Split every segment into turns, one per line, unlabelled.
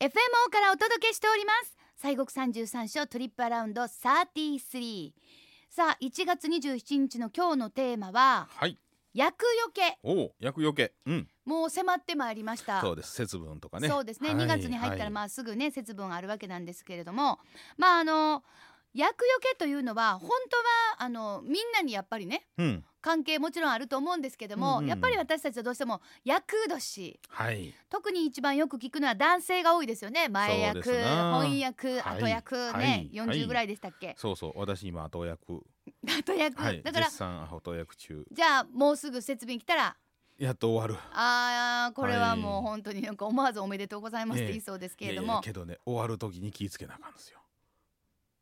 FMO からお届けしております西国三十三所トリップアラウンド33さあ1月27日の今日のテーマは
はい
厄除け
おお厄除けうん
もう迫ってまいりました
そうです節分とかね
そうですね、
はい
2月に入ったらま
はい
あすぐね節分あるわけなんですけれどもまああの厄除けというのは本当はあのみんなにやっぱりね
うん
関係もちろんあると思うんですけども、
うんうん
やっぱり私たちはどうしても厄年
はい
特に一番よく聞くのは男性が多いですよね前役
そうですな
翻訳
はい
後役ね、
はい
40ぐらいでしたっけ、
そうそう私今後役
後役、
はい
だから
絶賛後役中
じゃあもうすぐ設備来たら
やっと終わる
あーこれはも
は
う
い
本当になんか思わずおめでとうございますって
ねえ
言いそうですけれ
い
ど
やい
も、
やけどね終わる時に気ぃつけなあかんですよ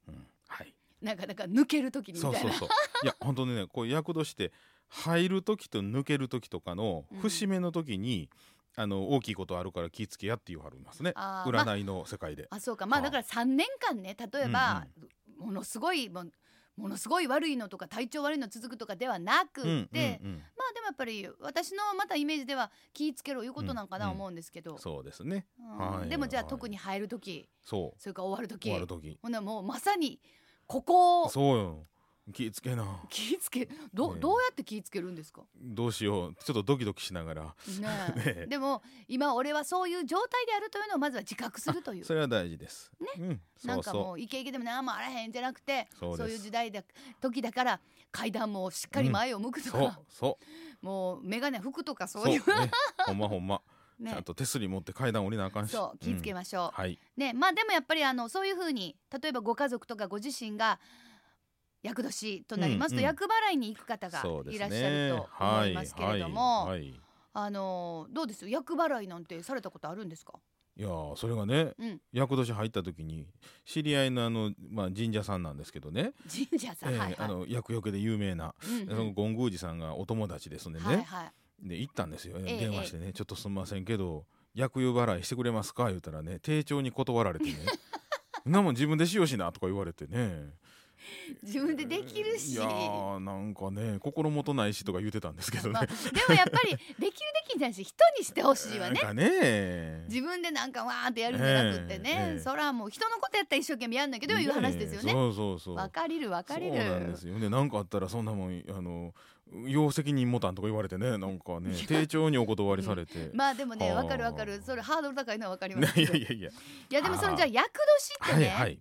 うんはい
なかなか抜ける時にみた
そ
いうな
そうそういや本当にねこう役として入る時と抜ける時とかの
うん
節目の時に、あの大きいことあるから気ぃつけやって言わはるんですね
あーまあ
占いの世界で、
あそうかまあ
は
だ
あ
から3年間ね例えば、ものすごいもものすごい悪いのとか体調悪いの続くとかではなくって、
うん
まあ
うん
でもやっぱり私のまたイメージでは気ぃつけろいうことなんかな
うん
思うんですけど、
うん、そうですね
うん
はい
でもじゃあ
はい
特に入る時
そう
それから終わる時
終わる時
ほなもうまさにここを
そうよ気ぃつけな
気ぃつけど,、
ねえ
どうやって気ぃつけるんですか
どうしようちょっとドキドキしながら
ね
ね
え
え
でも今俺はそういう状態であるというのをまずは自覚するという
それは大事ですね、うん、
な
そ
ん
う
かも
そう
イケイケでも何もあらへんじゃなくて
そうです
いう時代だ時だから階段もしっかり前を向く
う
と
そう
か、
そう
もう眼鏡服とか
そ
そうういう
ね、ほんまほんま、ち
ね
ゃんと手すり持って階段降りなあかんし
そう気ぃつけ
ま
ましょう、
はい
ねまあでもやっぱりあのそういうふうに例えばご家族とかご自身が厄年となりますと、
うんうん
厄払いに行く方が
そうで
い
す
らっしゃ
ね
ると思いますけれども、
はいはいはい
あのどうです厄払いなんてされたことあるんですか
いやーそれがね、
うん
厄年入った時に知り合いのあの、まあ、神社さんなんですけどね、
神社さん、
えー
はいはい
あの厄除けで有名な、
うんう
その
ん
権宮寺さんがお友達ですんでね、
はいはい
で行ったんですよ、
ええ
電話してね、ちょっとすんませんけど厄湯払いしてくれますか?」言うたらね丁重に断られて ね「そんなもん自分でしようしな」とか言われてね
自分でできるし、
いやーなんかね心もとないしとか言ってたんですけどね
まあ、。でもやっぱりできるできんじゃなし人にしてほしいわね
なんかね
自分でなんかわーってやるんじゃなくってね、
ええええ
そらもう人のことやったら一生懸命やんだけどいう話ですよね
そうそうそう
わかりるわかりる
そうなんですよね何かあったらそんなもんあの要責任持たんとか言われてねなんかね
いや
丁重にお断りされて、
まあでもね
はあ
わかるわかるそれハードル高いのはわかり
い
ます
や
よ
い
い
やいや
やでもそのじゃあ厄年って
はい
ね、
はい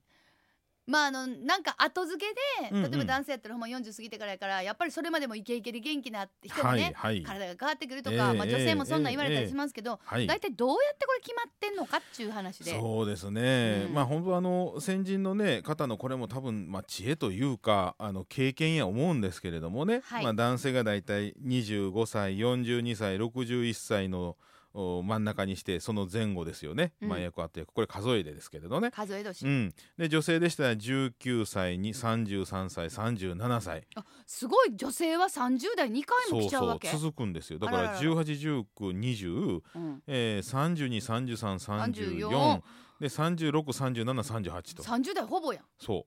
まああのなんか後付けで
うんうん
例えば男性やったらほんま40過ぎてからやからやっぱりそれまでもイケイケで元気な人も
はい
ね、
はい
体が変わってくるとか、
ええ
まあ、女性もそんなん言われたりしますけど、
はい
大体どうやってこれ決まってんのかっていう話で。
そうですね、
うん
まあ本当あの先人のね方のこれも多分まあ知恵というかあの経験や思うんですけれどもね、
はい
まあ男性がだいたい25歳42歳61歳のお真ん中にしてその前後ですよね、
うん
まあ役あって役これ数えでですけれどね
数え年、
うん、で女性でしたら19歳に33歳37歳
すごい女性は30代2回も
そ
来
う
ちゃう
そ
わ
う
け
続くんですよだか
あららら
ら181920、
うん
えー、323334
34
で363738と
30代ほぼやん、
そう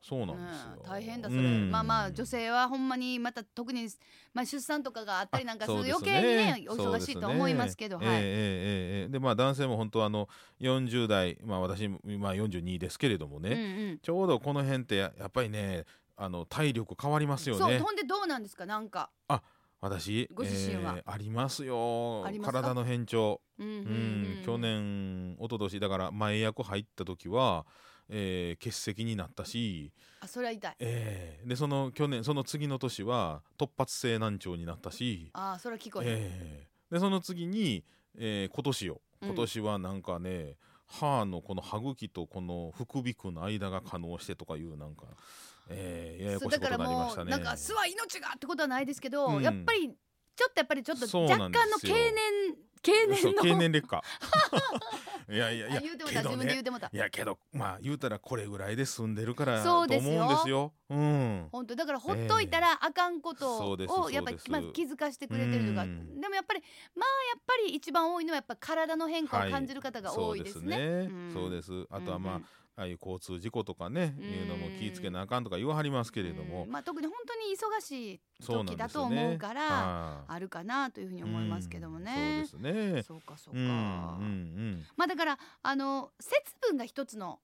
そうなんですよ
う、ん、大変だそれ、
うん
まあまあ女性はほんまにまた特に、まあ、出産とかがあったりなんかする
あそう
余
です
計にねお忙しいとは思いますけど
そうですね
は
ええ
い、
ええええでまあ男性も本当あの40代まあ私今42ですけれどもね、
うんうん
ちょうどこの辺ってややっぱりねあの体力変わりますよ
そ
ね
うほんでどうなんですかなんか、
私
ご自身は
えーありますよ
ありますか
体の変調
うんうん
うん、
うん
去年一昨年だから前役入った時は、えー欠席になったし、
あそれは痛い
えーでその去年その次の年は突発性難聴になったし、
あーそれは聞こえへん、
えーでその次に、えー今年よ
うん
今年はなんかね、歯のこの歯茎とこの副鼻腔の間が可能してとかいうなんか、えーやや
そう
こしい
だか
こと
ら
になりま
も
し
う
たね。
なんか巣は命がってことはないですけど、
うん
やっぱりちょっとやっぱりちょっと
そう
若
なんですよ
干の経年経
そ
年
う
の
経年劣 化いやいやい
あ
や
言うてもた、
けど
自分で言
ね
うてもた
いやけどまあ言うたらこれぐらいで済んでるからと
そ
思う
うんで
ですす
よ
ようん
本当だからほっといたらあかんこ
そ
と
うです
をやっぱり
そうです
まあ気づかしてくれてるとか
うん
でもやっぱりまあやっぱり一番多いのはやっぱ体の変化を感じる方が多いですね。うん
そうですねそうですあとはまあ、
うんうん
ああいう交通事故とかね、
うん
いうのも気ぃつけなあかんとか言わはりますけれども、
うんまあ特に本当に忙しい
そうなん
時
で
だ
す
と
よね
思うから
は
あるかなというふう
い
に思いますけどもね。
うんそうですね
そうかそう
う
か。
んうんうん
まあだからあの節分が一つの、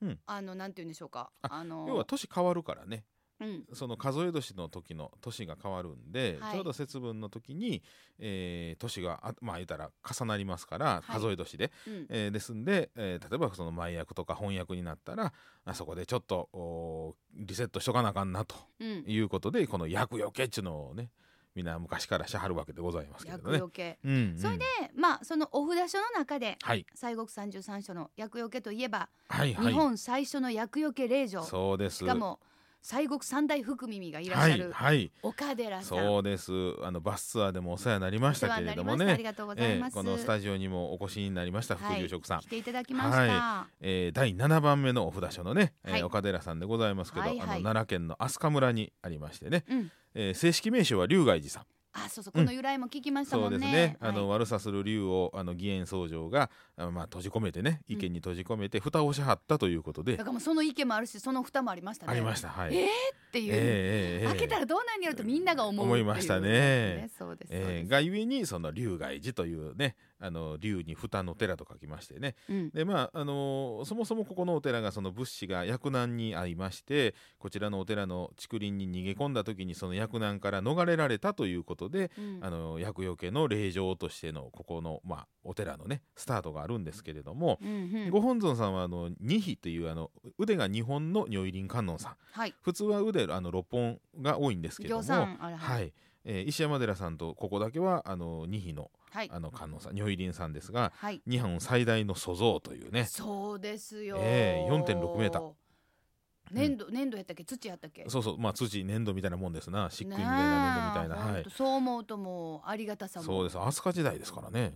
うん
あのなんて言うんでしょうか
あ
あの
要は年変わるからね
うん
その数え年の時の年が変わるんで、
はい
ちょうど節分の時に、えー年があまあ言ったら重なりますか
は
ら、
い
数え年で、
うん
えーですんで、えー例えばその前役とか翻訳になったらあそこでちょっとおーリセットしとかなあかんなと
うん
いうことでこの役よけっちゅうのをねみんな昔からしはるわけでございますけれど
厄
ね
除。け
うんうん
それでまあそのお札所の中で
はい
西国三十三所の厄除けといえば、
はいはい
日本最初の厄除け霊場し
そうです
かも西国三大福耳がいらっしゃる
はい
岡寺さん、
そうですあのバスツアーでもお世話になりま
お
し
世
た
話
け
になり
れど
まし
も
た、あ
ね
りがとうござ
え
い
え
ます、
このスタジオにもお越しになりました
はい
副住職さん、
来ていただきました、
はえー第7番目のお札所のね、えー
はい
岡寺さんでございますけど、
はいはい
あの奈良県の飛鳥村にありましてね、
うん
えー正式名称は龍外寺さん
あそうそうこの由来も聞きました
そ
も
うんで
ね,、
すね、あの悪さする竜をあの義援僧正があまあ閉じ込めてね
うん
意見に閉じ込めて蓋をしはったということで、
だからもうその意見もあるしその蓋もありましたね
ありましたはい、
えーっていう、
ええええええ
開けたらどうなんやろとみんなが思うってう
思いましたね
そうです、そう
え
で
ー
す
がゆえにその龍外寺というねあの龍に蓋の寺と書きましてね
うん
でまああのーそもそもここのお寺がその仏師が薬難に遭いましてこちらのお寺の竹林に逃げ込んだ時にその薬難から逃れられたということで、
うん
あのー厄除けの霊場としてのここの、まあ、お寺のねスタートがあるんですけれども、
うんうん
ご本尊さんはあの二比というあの腕が2本の如意輪観音さん
はい
普通は腕あの6本が多いんですけれど
行
も。
さんあれ
はいいえー石山寺さんとここだけはあの二比の
はい、
あの観音さん如意輪さんですが
はい、
日本最大の塑像というね
そうですよ、
ええ4.6メーター
粘土粘土やったっけ土やったっけ
そうそうまあ土粘土みたいなもんですな漆喰みたい
ねえ
な粘土みたいな、は
ほん
い
とそう思うともうありがたさも
そうです飛鳥時代ですからね、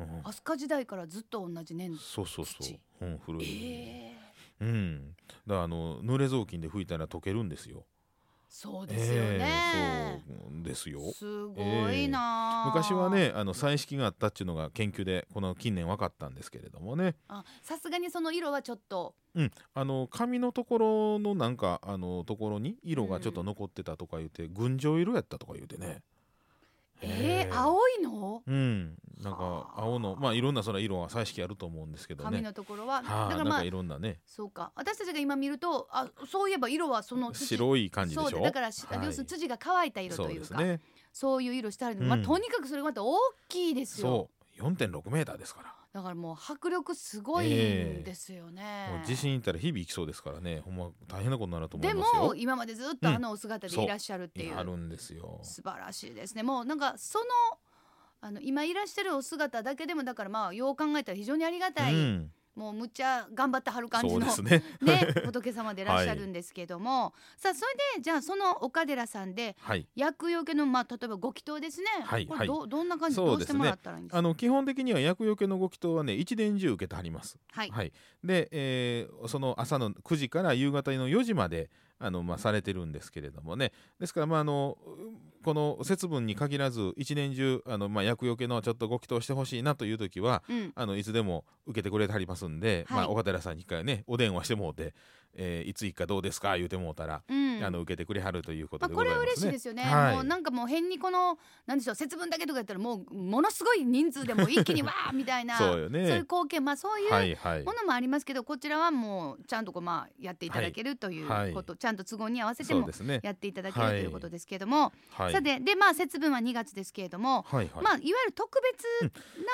うん、
飛鳥時代からずっと同じ粘土
そうそうそう
土、
うん、古
え
い、
え
うんだからあの濡れ雑巾で拭いたら溶けるんですよ
そうですよ
え
ね
え、そうですよ
すごいなあ、
昔はねあの彩色があったっていうのが研究でこの近年分かったんですけれどもね
あさすがにその色はちょっと
うん、あの紙のところのなんかあのところに色がちょっと残ってたとか言って、群青色やったとか言うてね
え
へ
ー、青いの
うんなん
は
か
あ
青のまあいろんなそれは色は彩色あると思うんですけど
髪
ね
のところは、
はあ、
だか
な
ら
ん
まあ
かいろんなね
そうか私たちが今見るとあそういえば色はその土
白い感じでし
そう
ょ
だからし、
はい
要するに筋が乾いた色
そ
と
う
いう
で
か
す
そう,、
ね
いう色してあるの、まあ、
うん
とにかくそれがまた大きいですよ
そう4.6メーターですから、
だからもう迫力すごいんですよね、
もう地震行ったら日々行きそうですからねほんま大変なことになると思
で
いますよ
も今までずっとあのお姿でいらっしゃるっていう,、
やるんですよ
素晴らしいですねもうなんかそのあの今いらっしゃるお姿だけでもだからまあよう考えたら非常にありがたい、
うん、
もうむっちゃ頑張ってはる感じ
そう
の
で
ね
すね
仏様でいらっしゃるんですけども、さあそれでじゃあその岡寺さんで
はい
薬用けのまあ例えばご祈祷ですね、
はい
これど,、どんな感じでど
そうう
し
で
て
すね
もらったらいいんですか
あの基本的には厄除けのご祈祷はね一年中受けてはります
はい、
はい、で、えーその朝の9時から夕方の4時まであの、まあ、されてるんですけれどもねですから、まあ、あのうこの節分に限らず一年中あの、まあ、厄除けのちょっとご祈祷してほしいなという時は
うん、
あのいつでも受けてくれてはりますんで、
はい
まあ、岡寺さんに一回ねお電話してもうて、えーいつ行くかどうですか言うてもうたら、
うん
あの受けてくれはるというこ
ま
と
あ、
でご
こ
ざい
れ
ます
嬉し
ね。
いですよね、
はい
もうなんかもう変にこのなんでしょう節分だけとかやったらもうものすごい人数でもう一気にわーみたいな
そうよ
そう
ね
いう光景まあそういう
はいはい
ものもありますけどこちらはもうちゃんとこうまあやっていただけるということ、
はい
ちゃんと都合に合わせて
そう
も
ですね。
やっていただける
はい
ということですけれども、
はい、
さてでまあ節分は2月ですけれども、
はいはい
まあいわゆる特別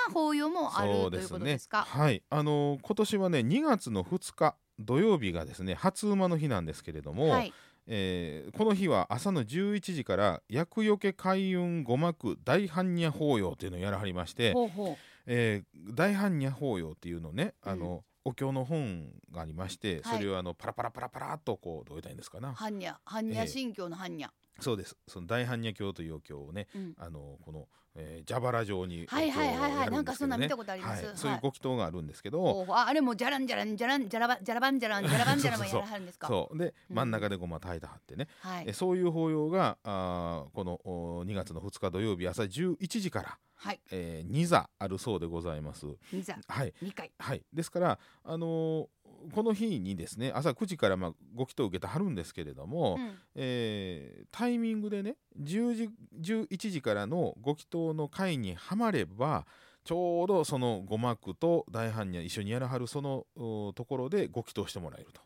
な法要もある、
そう
とい
で
う
す
こと
ね
ですか。
はい、あのー今年はね2月の2日土曜日がですね初馬の日なんですけれども、
はい、
えーこの日は朝の11時から厄除け開運五幕大般若法要というのをやらはりまして、
ほうほ
えー大般若法要っていうのねあの、お経の本がありまして、
はい
それをあのパラパラパラパラっとこうどう言ったらいいんですか
う
な
般若般若心経の般若、
そうですその大般若経というお経をね
うん
あのこの、えー、蛇腹状にお経を
はいはいはいは
や
い
る
なん
で
か
す
そ
けど
んな
ね
見たことあります。
はい、そういうご祈祷があるんですけど、
ほうほうああれもじゃらんじゃらんじゃらんじゃらばじゃらばんじゃらんじゃらばんじゃらばんやらはるんですか。
そうで
うん
真ん中でごま炊いてはってね、
は
え
い
そういう法要があーこのお2月の2日土曜日朝11時から、
はい
えー、2座あるそうでございます。
二座
はい
二回
はい、ですから、あのーこの日にですね朝9時から、まあ、ご祈祷を受けてはるんですけれども、
うん
えータイミングでね10時11時からのご祈祷の会にはまればちょうどその五幕と大般若一緒にやらはるそのおところでご祈祷してもらえると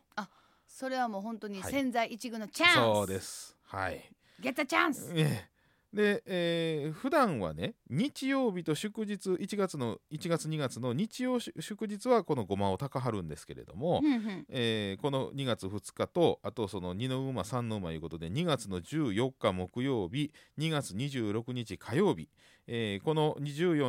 それはもう本当に
はい
千載一遇のチャンス、
そうですはい
ゲッタチャンス
ええで、えー普段はね日曜日と祝日1月の1月2月の日曜し祝日はこのごまを高はるんですけれども、
うんうん
えーこの2月2日とあとその2の馬3の馬いうことで2月の14日木曜日2月26日火曜日、えーこの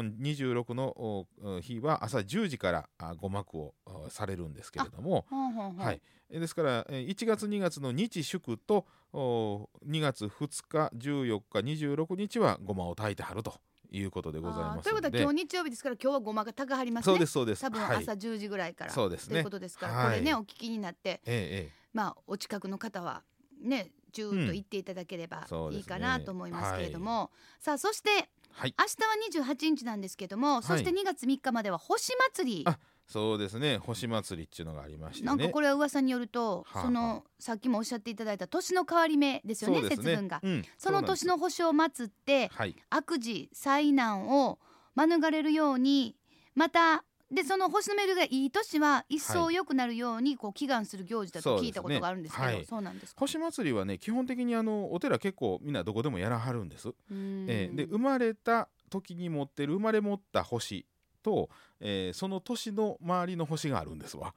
2426のおお日は朝10時からあごまくをあされるんですけれども、
ほんほんほん
はい、えーですから、えー1月2月の日祝とお2月2日14日26日はごまを炊いてはるということでござい
あ
ま
ー
す
ということ
の
は今
で
日日曜日ですから今日はごまが高張りますね
そうですそうです
多分
はい
朝10時ぐらいから、
そうですね
ということですから、
は
こ
い
れねお聞きになって
ええええ
まあお近くの方はねちゅーっと行っていただければ
そうです
いい
ね
かなと思いますけれども、さあそして
はい
明日は28日なんですけども、そして
は
2月3日までは星祭り
あそうですね星祭りっていうのがありましてね
なんかこれは噂によると、
はあ
そのさっきもおっしゃっていただいた年の変わり目ですよね
そうです
節分が、
うん
その年の星を祀って
そうなんですよ
悪事災難を免れるようにまたでその星の巡りがいい年は一層
は
良くなるようにこう祈願する行事だと
そうですね
聞いたことがあるんですけど、
はい
そうなんですか。
星祭りはね基本的にあのお寺結構みんなどこでもやらはるんです。
うーん
えーで生まれた時に持ってる生まれ持った星と、えーその年の周りの星があるんですわ。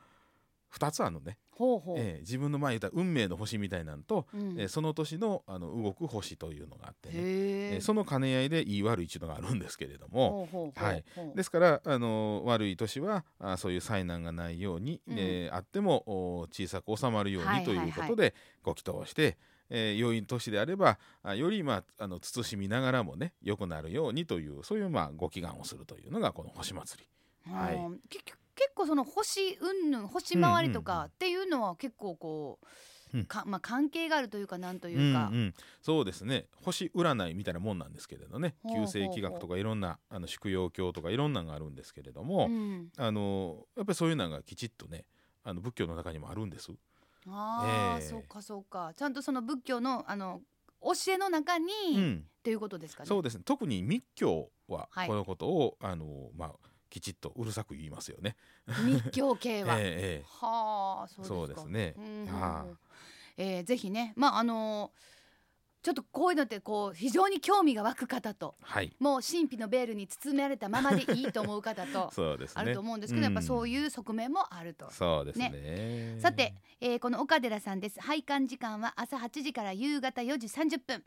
2つあるのね、
ほうほう。
えー自分の前言った運命の星みたいなんと、
うん
えーその年のあの動く星というのがあってね、
へ
え
え。
ーその兼ね合いでいい悪いっていうのがあるんですけれど
ほう
も、
ほうほう
はい
ほう
ですから、あの悪い年はあそういう災難がないように、
うん
えーあってもお小さく収まるよう
はい
に
は
と
いはい
いうことでご祈祷して、えー良い年であればあより、まあ、あの慎みながらもね良くなるようにというそういう、まあ、ご祈願をするというのがこの星祭り。はい
うん結局結構その星云々星回りとかっていうのは結構こう、
うん
かまあ関係があるというかなんといううんか、
うんそうですね星占いみたいなもんなんですけれどね
ほうほう
旧世紀学とかいろんなあの祝養教とかいろんなのがあるんですけれど
う
も、
ん
あのやっぱりそういうのがきちっとねあの仏教の中にもあるんです。
ああ、
ええ
そうかそうかちゃんとその仏教のあの教えの中に、
うん
ということですかね
そうですね特に密教は
はい
このことを、あのまあきちっとうるさく言いますよね。
密教系
え
は、
ええ
はあそう
え
ですか
そうですね
う。ん
はあ
えーぜひねまああのちょっとこういうのってこう非常に興味が湧く方と
はい、
もう神秘のベールに包まれたままでいいと思う方と
そうですね。
あると思うんですけど、
うん
やっぱそういう側面もあると。
そうですね
さて、えーこの岡寺さんです拝観時間は朝8時から夕方4時30分、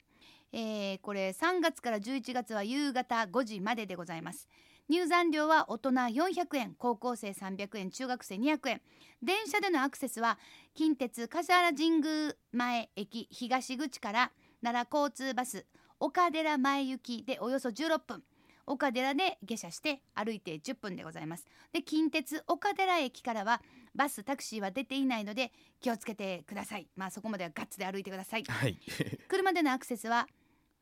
えーこれ3月から11月は夕方5時まででございます入山料は大人400円高校生300円中学生200円電車でのアクセスは近鉄笠原神宮前駅東口から奈良交通バス岡寺前行きでおよそ16分岡寺で下車して歩いて10分でございますで近鉄岡寺駅からはバスタクシーは出ていないので気をつけてくださいまあそこまではガッツで歩いてください
はい、
車でのアクセスは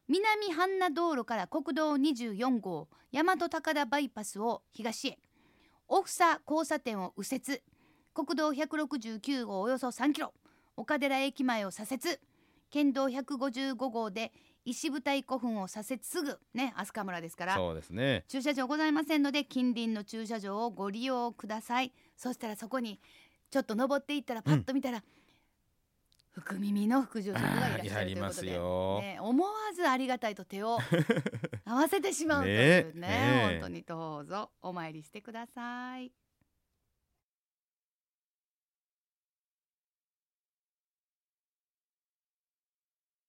南阪奈道路から国道24号大和高田バイパスを東へ大房交差点を右折国道169号およそ3キロ岡寺駅前を左折県道155号で石舞台古墳を左折すぐね飛鳥村ですから
そうですね。
駐車場ございませんので近隣の駐車場をご利用くださいそしたらそこにちょっと登っていったらパッと見たら、福耳の福寿さんがいらっしゃると
や
い
り
うこ
ま
と
す
で、
よ。
ね、思わずありがたいと手 を合わせてしまうというね
ねえねえ
本当にどうぞお参りしてください